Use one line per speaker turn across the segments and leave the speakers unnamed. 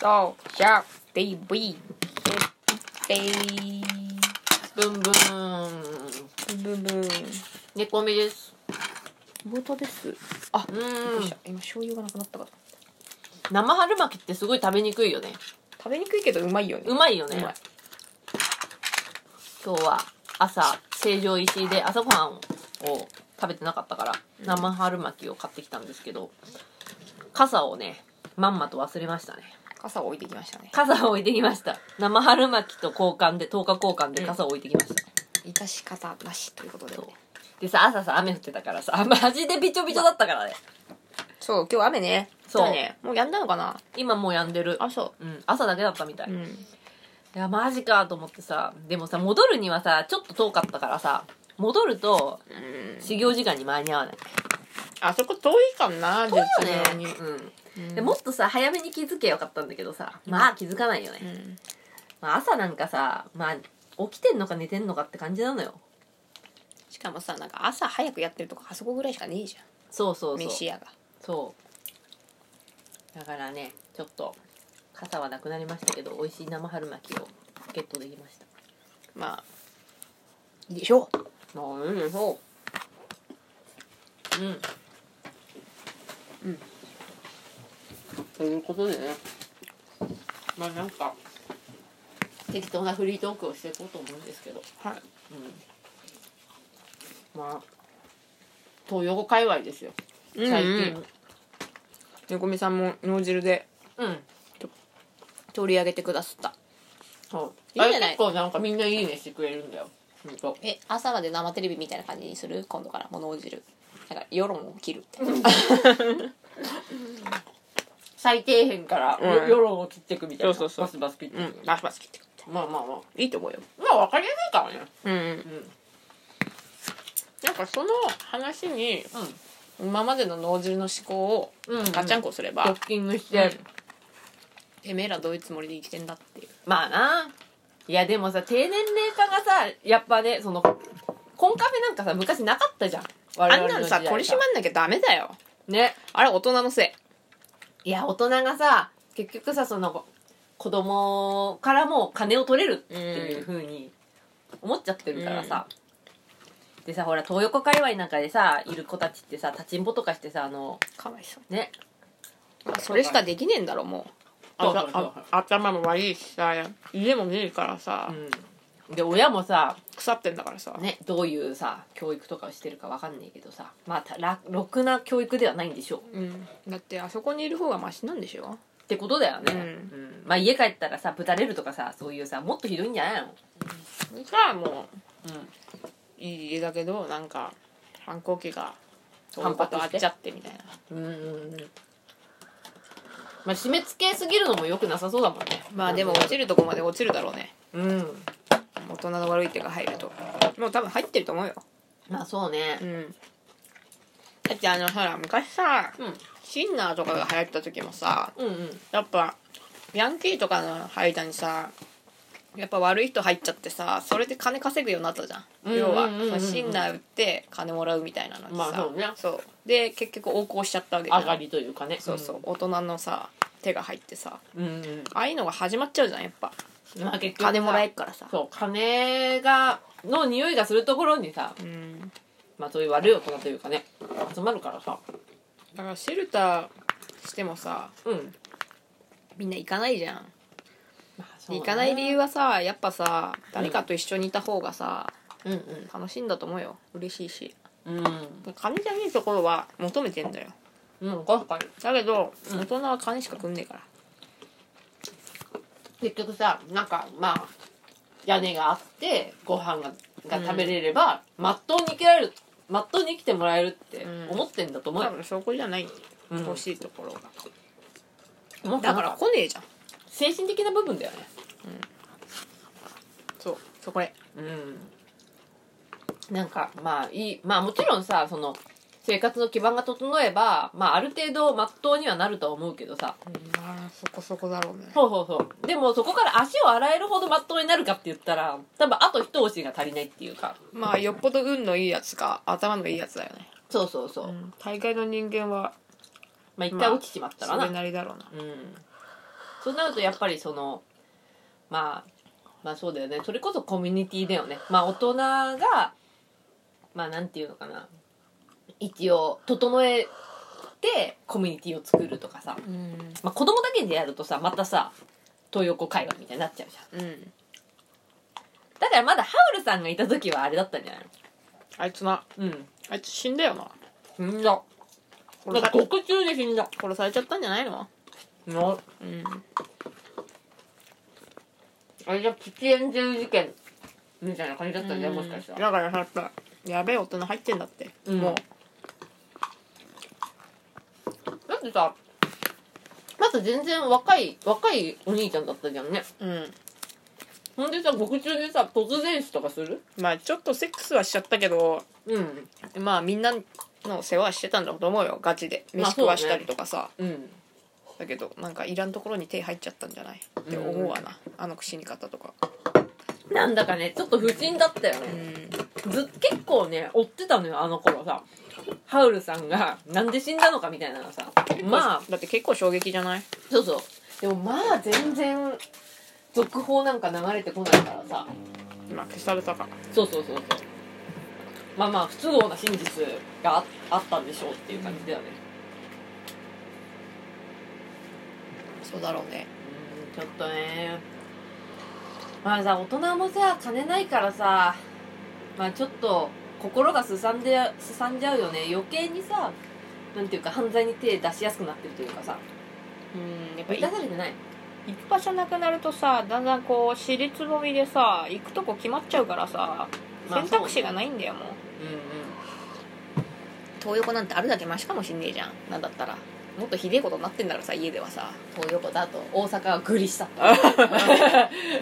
奏者 TV 決定
ブンブーン
ブンブン
猫みです
冒頭ですあ、
う
どうし
ん
た今醤油がなくなったから
生春巻きってすごい食べにくいよね
食べにくいけどうまいよね
うまいよね
うまい
今日は朝成城石井で朝ごはんを食べてなかったから生春巻きを買ってきたんですけど傘をねまんまと忘れましたね
傘を置いてきましたね
傘を置いてきました生春巻きと交換で10日交換で傘を置いてきました、
致し方なしということでね
そうでさ朝さ雨降ってたからさマジでびちょびちょだったからね
そう今日雨ね
そう
だねもうやんだのかな
今もうやんでる
あそ
うん、朝だけだったみたい、
うう
い
ん
やマジかと思ってさでもさ戻るにはさちょっと遠かったからさ戻ると
うん
始業時間に間に合わない
あそこ遠いかな
そう
絶
ね
妙に、
うん、でもっとさ早めに気づけよかったんだけどさまあ気づかないよね、
うん
まあ、朝なんかさまあ起きてんのか寝てんのかって感じなのよ
しかもさなんか朝早くやってるとかあそこぐらいしかねえじゃ
そうそうんそう
飯屋が
そうだからねちょっと傘はなくなりましたけど美味しい生春巻きをゲットできました
まあいいでしょう
あいいでしょううんうんということでねまあなんか適当なフリートークをしていこうと思うんですけど
はい
うんまあ東洋界隈ですよ
最
最
近
近
猫みさんも脳汁で
うん、
取り上げてくださった
そう
いいん
い
じゃない
結構なんかみんないいねしてくれるんだよほんと
え朝まで生テレビみたいな感じにする今度から物を汁なんか世論を切るって
最底辺から、
うん
よ世論を切っていくみたいな
そうそうそう
バスバス切っていく、
バスバス切ってくって
まあまあまあ
いいと思うよ
まあ分かりやすいからね
うんうん
うん
なんかその話に
うん
今までの脳汁の思考を
うんうん
ガチャンコすれば、
ドッキングして、
うんてめえらどういうつもりで生きてんだっていう
まあないやでもさ低年齢化がさやっぱねそのコンカフェなんかさ昔なかったじゃん我
あん
々
な
の
の
時代
さ取り締まんなきゃダメだよ
ね
あれ大人のせ
いや大人がさ結局さその子供からも金を取れるっていう風に思っちゃってるからさ、でさほら東横界隈なんかでさいる子たちってさ立ちんぼとかしてさあの
いかわいそう
ね
それしかできねえんだろもう
そうそうそう
頭も悪いしさ家もねえからさ
うんで親もさ
腐ってんだからさ
ね、どういうさ教育とかをしてるかわかんないけどさまあたらろくな教育ではないんでしょう
うんだってあそこにいる方がマシなんでしょ
ってことだよね、
うん
うんまあ家帰ったらさぶたれるとかさそういうさもっとひどいんじゃないの
さあもういい家だけどなんか反抗期が
反発
あ
し
ってちゃってみたいな
うんうんうんまあ締め付けすぎるのもよくなさそうだもんね
まあでも落ちるとこまで落ちるだろうね
うん
大人の悪い手が入るともう多分入ってると思うよ
まあそうね
うんだってあのほら昔さ
うん
シンナーとかが流行った時もさ
うんうん
やっぱヤンキーとかの間にさやっぱ悪い人入っちゃってさそれで金稼ぐようになったじゃん
うん
要は
うんうんうんうん
そのシンナー売って金もらうみたいなのにさ、
まあそうね
そうで結局横行しちゃったわけじゃん
上がりというかね
そうそう、大人のさ手が入ってさ
うんうん
ああいうのが始まっちゃうじゃんやっぱ
うんまあ結局さ
金もらえっからさ
そう金がの匂いがするところにさ
うん
まあそういう悪い大人というかね集まるからさ
だからシェルターしてもさ
うん、
みんな行かないじゃん、
まあそうね
行かない理由はさやっぱさ誰かと一緒にいた方がさ、
うん
楽しいんだと思うよ嬉しいし
うん
金じゃねえところは求めてんだよ
うん、うん、確かに
だけど、
うん
大人は金しかくんねえから
結局さなんかまあ屋根があってご飯がが食べれればま、っとうに生きられるまっとうに生きてもらえるって
うん
思ってんだと思う
多
よ、
分そこじゃない、
うん
欲しいところが
思った
だ
か
から
ら
来ねえじゃん
精神的な部分だよね
そうそこへ
うんなんかまあいいまあもちろんさその生活の基盤が整えば、まあ、ある程度まっとうにはなるとは思うけどさ
まあそこそこだろうね
そうそうそうでもそこから足を洗えるほどまっとうになるかって言ったら多分あと一押しが足りないっていうか
まあよっぽど運のいいやつか頭のいいやつだよね、
そうそうそう、
大概の人間は
まあ一回落ちちまったら
そ
な、
れなりだろうな、
うんそうなるとやっぱりそのまあまあそうだよねそれこそコミュニティだよねまあ大人がまあなんていうのかな一応整えてコミュニティを作るとかさ、
うん
まあ、子供だけでやるとさまたさ東横会話みたいになっちゃうじゃん
うん
だからまだハウルさんがいた時はあれだったんじゃない
あいつな
の
あいつ死んだよな
うん死んだ
殺さ
獄中で死んだ
殺されちゃったんじゃないの
の
うん
あれじゃプチ炎上事件みたいな感じだったんじゃないもしかしたら
だからやっぱやべえ大人入ってんだって、
うん
も
だってさまず全然若い若いお兄ちゃんだったじゃんね
ううん
ほんでさ獄中でさ突然死とかする
まあちょっとセックスはしちゃったけど
うん
まあみんなの世話してたんだと思うよガチで
まあ
飯食わしたりとかさ、
うん
だけどなんかいらんところに手入っちゃったんじゃないって思うわな、あの死に方とか
なんだかねちょっと不審だったよ
う
ね
ん
ずっ結構ね追ってたのよあの頃さハウルさんがなんで死んだのかみたいなのさまあ
だって結構衝撃じゃない
そうそうでもまあ全然続報なんか流れてこないからさ
今消されたか
そうそうそうそうまあまあ不都合な真実がああったんでしょうっていう感じだよね
そうだろうね
うんちょっとねまあさ大人もさ金ないからさまあちょっと心がすさんですさんじゃうよね余計にさなんていうか犯罪に手出しやすくなってるというかさ
うんやっぱ
満
り
たされてない
行く場所なくなるとさだんだんこう尻つぼみでさ行くとこ決まっちゃうからさ
まあ
選択肢がないんだよもう
うんう
東横なんてあるだけマシかもしんねえじゃんなんだったらもっとひでえことになってんだからさ家ではさ
ん東横だと大阪はグリした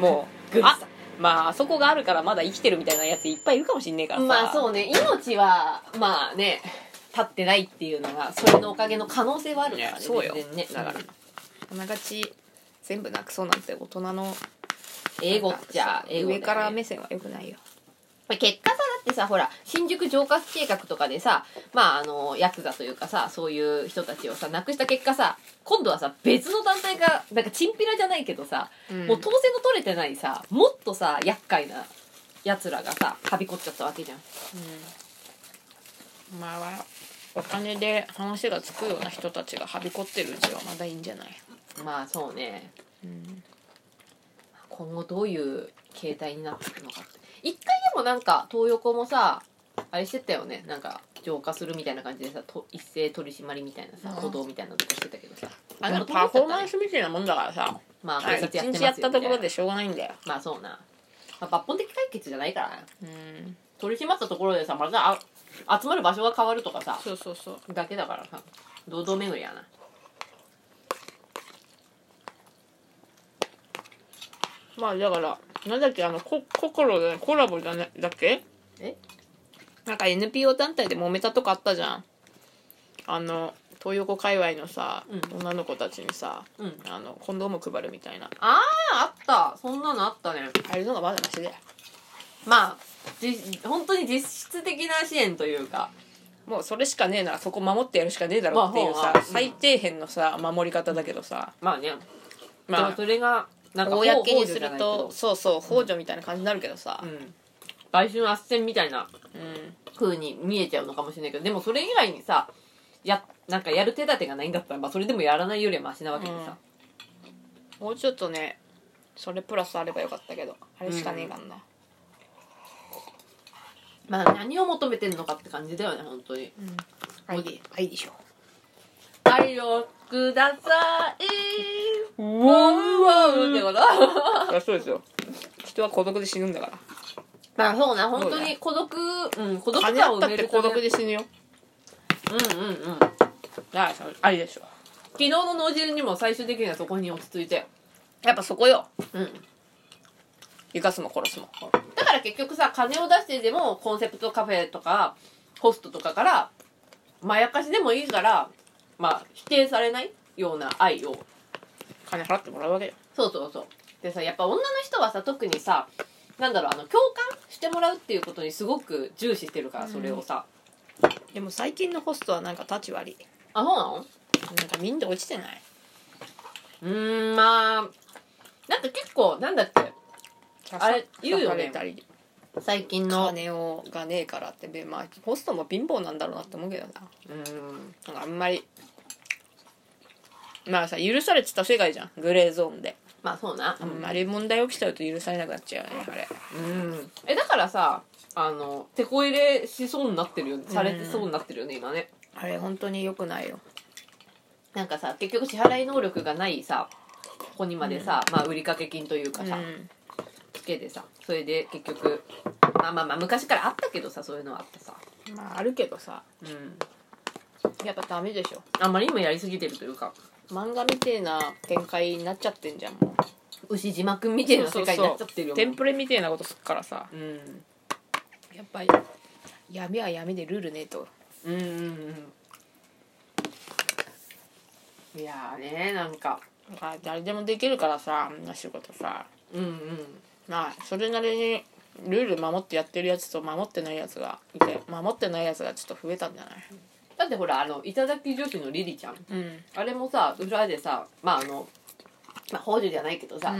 も
グリ
あうまああそこがあるからまだ生きてるみたいなやついっぱいいるかもしんねえからさ
まあそうね命はまあね立ってないっていうのがそれのおかげの可能性はあるからね
ねそうよ
全然ね
だからあながち全部なくそうなんて大人の
英語っちゃ英語だ
上
よね
から目線はよくないよ
まあ結果さだってさほら新宿浄化計画とかでさまああのヤクザというかさそういう人たちをさなくした結果さ今度はさ別の団体がなんかチンピラじゃないけどさ、
うん
もう当選の取れてないさもっとさ厄介なやつらがさはびこっちゃったわけじゃん
うんまあお金で話がつくような人たちがはびこってるうちはまだいいんじゃない、
まあそうね
うん、
今後どういう形態になっていくのかって一回でもなんか東横もさあれしてたよねなんか浄化するみたいな感じでさと一斉取り締まりみたいなさ
うん
鼓動みたいなのとかしてたけどさ
あでもパフォーマンスみたいなもんだからさ
まあ
あ
警察
一
やってますよみたい
日
な
やったところでしょうがないんだよ
まあそうな、まあ、抜本的解決じゃないからな
うん
取り締まったところでさまたあ集まる場所が変わるとかさ
そうそうそう
だけだからさ堂々巡りやな
まあだからなんだっけあのこ心でコラボじゃねだっけ
え
なんか NPO 団体で揉めたとこあったじゃんあの東横界隈のさ、
うん
女の子たちにさ
うん
あのコンドーム配るみたいな
あああったそんなのあったね
ああいうのがまだマシだよ
まあじ本当に実質的な支援というか
もうそれしかねえならそこ守ってやるしかねえだろっていう
まあ
さ
ほうは
最底辺のさ守り方だけどさ
まあねま
ま
あ
あ
それがなんか
公
ほ
に
う
す
じ
る
ゃないけど
とそうそう幇助みたいな感じになるけどさ
うん売春斡旋みたいな
うん
風に見えちゃうのかもしれないけどでもそれ以外にさやなんかやる手立てがないんだったら、まあ、それでもやらないよりはマシなわけでさ、
もうちょっとねそれプラスあればよかったけどあれしかねえかんな
まあ何を求めてんのかって感じだよね本当に
愛で愛でしょ
「愛をください」
う
ウォウウォウってこと
そうですよ人は孤独で死ぬんだから
まあそうな本
そ
当
う
に
ね
孤独うん孤独
金
感
あ
を
った
埋
っ
め
て
る
孤
ため
独で死ぬよ
うんうんうん
だから愛でしょ
昨日の脳汁にも最終的にはそこに落ち着いて
やっぱそこよ
うん
生かすも殺すも
だから結局さ金を出してでもコンセプトカフェとかホストとかからまやかしでもいいからまあ否定されないような愛を
金払ってもらうわけよ
そうそうそうでさやっぱ女の人はさ特にさなんだろうあの共感してもらうっていうことにすごく重視してるからそれをさ、
でも最近のホストはなんか立ち悪い
あそうなの
なんかみんな落ちてない
うーんまあなんか結構なんだっけあれ言うよね
刺されたり
最近の
金をがねえからってべまあホストも貧乏なんだろうなって思うけどな
うー
なんかあんまりまあさ許されてた世界じゃんグレーゾーンで
まあそうな
あんまり問題起きちゃうと許されなくなっちゃうよねあれ
うんえだからさあの手こ入れしそうになってるよねされてそうになってるよね今ね
あれ本当に良くないよ
なんかさ結局支払い能力がないさ子にまでさ、まあ売掛金というかさ、
うん
つけてさそれで結局まあまあまあ昔からあったけどさそういうのはあってさ
まああるけどさ
うん
やっぱダメでしょ
あんまりにもやりすぎてるというか
漫画みてえな展開になっちゃってんじゃんもう
牛島くんみたいな世界になっちゃってるよ
テンプレみてえなことすっからさ
うん
やっぱり闇は闇でルールねえと
うんうんうんいやーねなんか
まあ誰でもできるからさあんな仕事さ
うんうん
まあそれなりにルール守ってやってるやつと守ってないやつがいて守ってないやつがちょっと増えたんじゃない
だってほらあの頂き女子のリリちゃん
うん
あれもさ裏でさまああのまあ宝珠じゃないけどさ、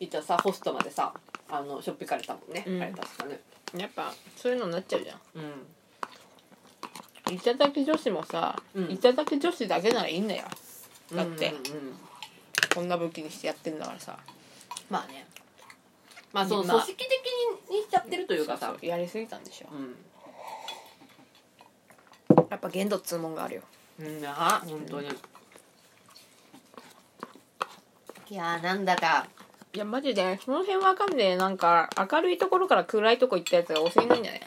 いたさホストまでさあのしょっぴかれたもんね、
うん
あれ確かね
やっぱそういうのになっちゃうじゃん
うん
頂き女子もさ、
うん
頂き女子だけならいいんだよだって、
うんうんうん
こんな武器にしてやってんだからさ
まあねまあその
まあ
組織的ににしちゃってるというかさ
そうそうやりすぎたんでしょ
うん
やっぱ限度っつうもんがあるよ
うんなあ本当に、いやーなんだか
いやマジでその辺わかんねえなんか明るいところから暗いとこ行ったやつが多すぎないんじゃない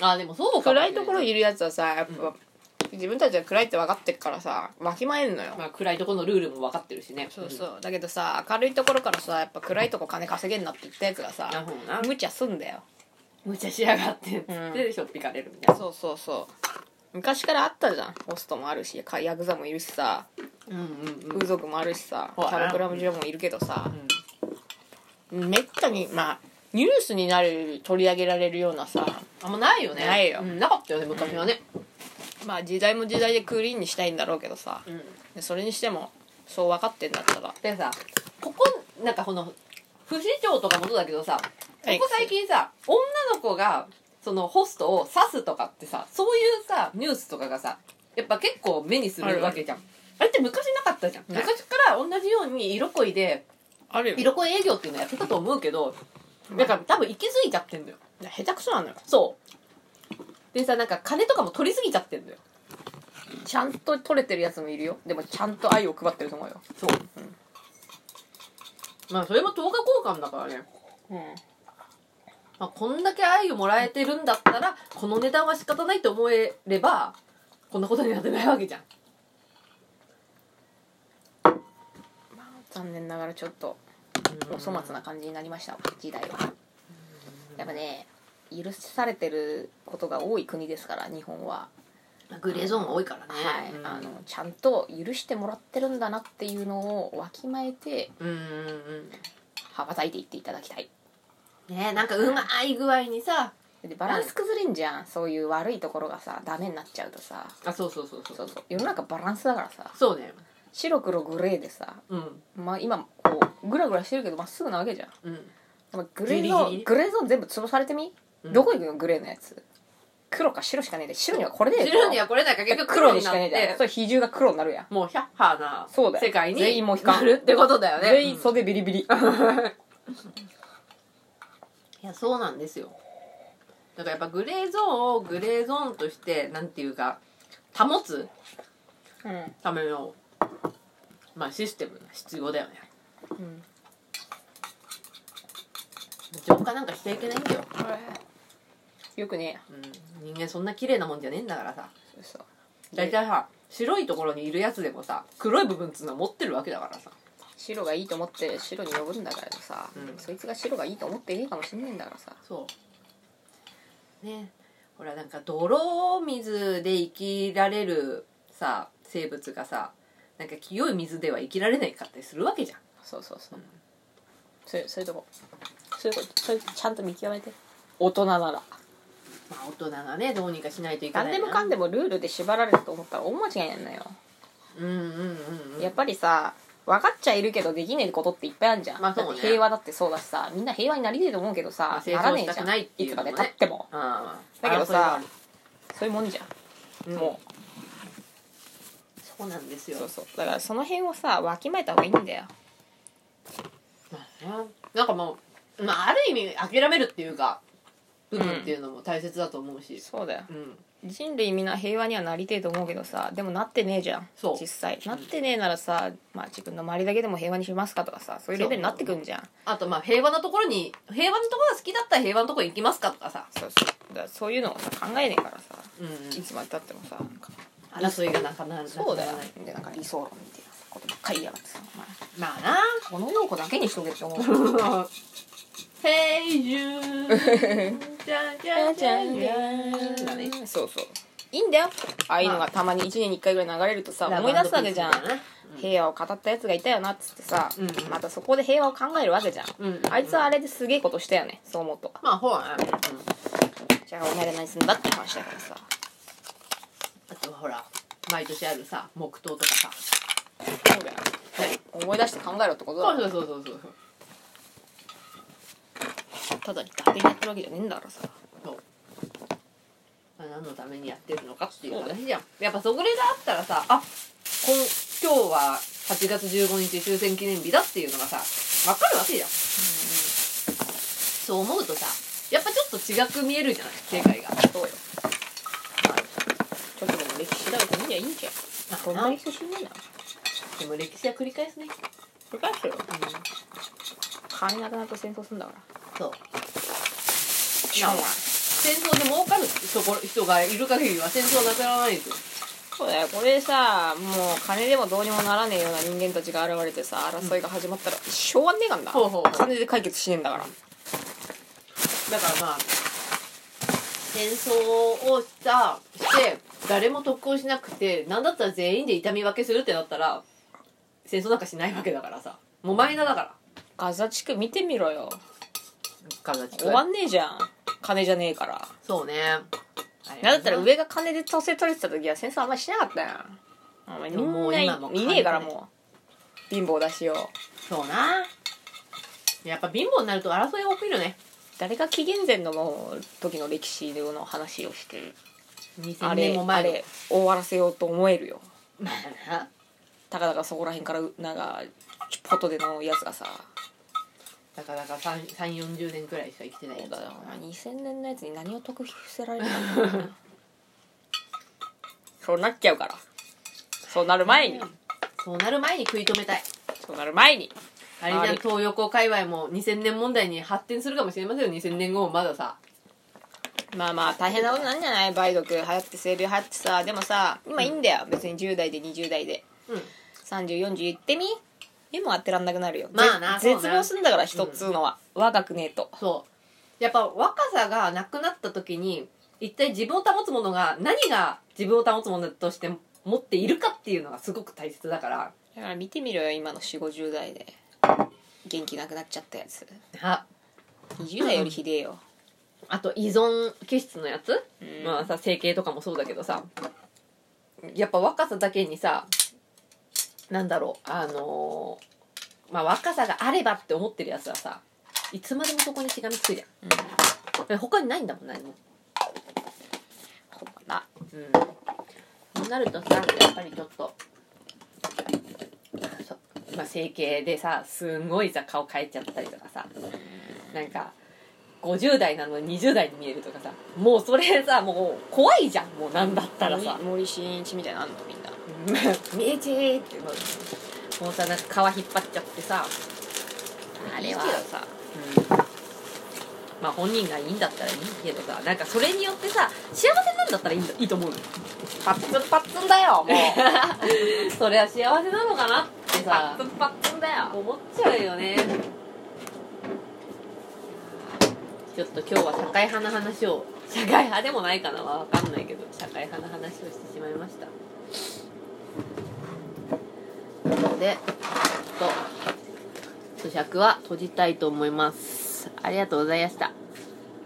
あーでもそうかもしれ
暗
ない
ところいるやつはさやっぱ、自分たちは暗いって分かってっからさわきまえんのよ、
まあ、暗いところのルールも分かってるしね
そうそうだけどさ明るいところからさやっぱ暗いとこ金稼げんなって言ったやつが
うんなる
さ
ほどな
無茶すんだよ
無茶しやがってっつ
うん
ってしょっぴかれるみたいな
そうそうそう昔からあったじゃんホストもあるしかヤクザもいるしさ
うんうんうん
風俗もあるしさ
ほら
サルクラムジオもいるけどさ
うん
めったにまあニュースになる取り上げられるようなさ
あんまないよね
ないよ
うんなかったよね昔はね
まあ時代も時代でクリーンにしたいんだろうけどさ
うん
でそれにしてもそう分かってんだったら
でさここなんかこの不死鳥とかもそうだけどさここ最近さ女の子がそのホストを刺すとかってさそういうさニュースとかがさやっぱ結構目にするわけじゃんあれって昔なかったじゃん
ない
昔から同じように色恋で
あるよ
色恋営業っていうのやってたと思うけど
うん
だから多分行き過ぎちゃってんだよ
下手くそなのよ
そうでさなんか金とかも取り過ぎちゃってんだよ
ちゃんと取れてるやつもいるよでもちゃんと愛を配ってると思うよ
そう、まあそれも10日交換だからね
うん
まあ、こんだけ愛をもらえてるんだったらこの値段は仕方ないと思えればこんなことになってないわけじゃん
残念ながらちょっとお粗末な感じになりました時代はやっぱね許されてることが多い国ですから日本は、
グレーゾーンが多いからね
はい
うん
あのちゃんと許してもらってるんだなっていうのをわきまえて
うんうん
羽ばたいていっていただきたい
うんねえなんかうまい具合にさ
でバランス崩れんじゃんそういう悪いところがさダメになっちゃうとさ
あそうそうそうそう
そうそう世の中バランスだからさ
そうね
白黒グレーでさ
うん
まあ今こうグラグラしてるけどまっすぐなわけじゃん
うん
でもグレーの
ギリギリ
グレーゾーン全部潰されてみ、
うん
どこ行くのグレーのやつ黒か白しかねえで白にはこれで
白にはこれないから結局
黒
黒
に
に
し
な
か
っ
ねえじゃ
て
んそれ比重が黒になるやん、
もうヒャッハーな
そうだよ
世界に
全員モヒカン
なるってことだよね
全
う
員
ん
袖ビリビリ、
いやそうなんですよだからやっぱグレーゾーンをグレーゾーンとしてなんていうか保つ
うん
ためのまあシステムが必要だよね
うん、
浄化なんかしちゃいけないんだよ、
よくね
うん、人間そんな綺麗なもんじゃねえんだからさ
そうそう
大体さ白いところにいるやつでもさ黒い部分っつうのは持ってるわけだからさ
白がいいと思って白に呼ぶんだからさ、
うん
そいつが白がいいと思ってねえかもしんねえんだからさ
そうねほらなんか泥水で生きられるさ生物がさなんか清い水では生きられないかってするわけじゃん
そうそうそう、そういうそういうとこそういうとこそういうとこちゃんと見極めて大人なら
まあ大人がねどうにかしないといけない
何でもかんで
で
もルールで縛られると思ったら大間違いなんだよ
うんうんうんうん
やっぱりさ分かっちゃいるけどできないことっていっぱいあるじゃん、
まあそうね
だって平和だってそうだしさみんな平和になりてえと思うけどさ、
まあ戦
なら
争
ね
し
え
た
じ
く
ゃん
ないってい
いうつ
の
ま
もね
でたっても
あ
だけどさ
あ
そういうもんじゃん
それはある
も
うんそうなんです
う
よ
そうそうだからその辺をさわきまえた方がいいんだよ
まあねなんかもう、まあ、ある意味諦めるっていうか部分っていうのも大切だと思うし、
そうだよ
うん
人類みんな平和にはなりてえと思うけどさでもなってねえじゃん
そう
実際なってねえならさ、まあ、自分の周りだけでも平和にしますかとかさそういうレベルになってくんじゃん
あとまあ平和なところに平和なところが好きだったら平和なところに行きますかとかさ、
そうそうだからそういうのをさ考えねえからさ
うんうん
いつまでたってもさなんか
争いがなかなか
そうだよ
なくならない
でなんか理想論みたいなことばっかり言いやがってさお前
まあ な
物の子だけにしとけって思う
ヘイジューンじゃんじゃんじゃんじゃんだね
そうそういいんだよああいうのがたまに1年に1回ぐらい流れるとさ思い出すわけじゃん
ラブピースみ
平和を語ったやつがいたよなっつってさ、
うん
またそこで平和を考えるわけじゃん、
たいなねうん
あいつはあれですげえことしたよねそう思うと
まあほら、うん、
じゃあお前ら何すんだって話だからさ
あとほら毎年あるさ黙祷とかさ、
そうだよ思い出して考えろってことだ
そうそうそうそうそう
ただ勝手にやってるわけじゃねえんだからさ
そうまあ何のためにやってるのかっていう話じゃんやっぱそこでがあったらさあこん今日は8月15日終戦記念日だっていうのがさ分かるわけじゃんそう思うとさやっぱちょっと違く見えるじゃない世界が
そうよちょっとでも歴史調べてみりゃいいんじゃんそんなに人死んねえな
でも歴史は繰り返すね、
これからしよ
うん、
金なくなると戦争すんだから
そう
しょうがない
戦争で儲かる人こ人がいる限りは戦争なくならないんですよ
そうだよこれさもう金でもどうにもならねえような人間たちが現れてさ争いが始まったら一生終わんねえかんな、
ほうほうほう
金で解決しねえんだから
だからまあ戦争をしたして誰も得をしなくて何だったら全員で痛み分けするってなったら戦争なんかしないわけだからさもうマイナーだから
ガザ地区見てみろよ終
終
わ
わん
んねえじゃん金じゃねえから
そうね
なんだったら上が金で調整取れてた時は戦争あんまりしなかったやんお前みん
もう今も
な
う
い
金
いねえからもう貧乏だしよ
そうなやっぱ貧乏になると争いが起きるよね
誰が紀元前のもう時の歴史の話をしてるあ
2000
れ
年も
あ
前
れ
で
終わらせようと思えるよ
まあな
たかだかそこら辺からなんかちょポトでのやつがさ
だからだから3 4 0年くらいしか生きてない
そう
や
だ
つだ
よ
か
お前2000年のやつに何を得せられるんだろう なそうなっちゃうからそうなる前に
らそうなる前に食い止めたい
そうなる前に
あれじゃ
あ
ん
れ
東横界隈も2000年問題に発展するかもしれませんよ2000年後もまださ
まあまあ大変なことなんじゃない梅毒流行って性病流行ってさでもさ今いいんだよ、別に10代で20代で
うん
3040言ってみ目も当てらんなくなるよ
まあな
ぜ
そう
絶
ね
望すんだから一つうのは、若くねえと
そうやっぱ若さがなくなった時に一体自分を保つものが何が自分を保つものとして持っているかっていうのがすごく大切だから
だから見てみろよ今の4 5 0代で元気なくなっちゃったやつ
あ
20代よりひでえよ、
あと依存気質のやつ、
うん
まあさ整形とかもそうだけどさやっぱ若さだけにさなんだろうあのーまあ若さがあればって思ってるやつはさいつまでもそこにしがみつくじゃん
うん
他にないんだもん何も、
ほんまな
うん、そうなるとさやっぱりちょっとそうまあ整形でさすんごいさ顔変えちゃったりとかさなんか50代なのに20代に見えるとかさもうそれさもう怖いじゃんもうなんだったらさ
森森進一みたいなのあんのみんな
「 見えちー」ってもうもうさなんか皮引っ張っちゃってさ、
あれはい
いけど
さ
まあ本人がいいんだったらいいけどさなんかそれによってさ幸せなんだったらいいんだいいと思うの
パッツンパッツンだよもう
それは幸せなのかなっ
パ
てさ
ッツンパッツンだよ
思っちゃうよねちょっと今日は社会派の話を社会派でもないかなは分かんないけど社会派の話をしてしまいましたなのでちょっと咀嚼は閉じたいと思いますありがとうございました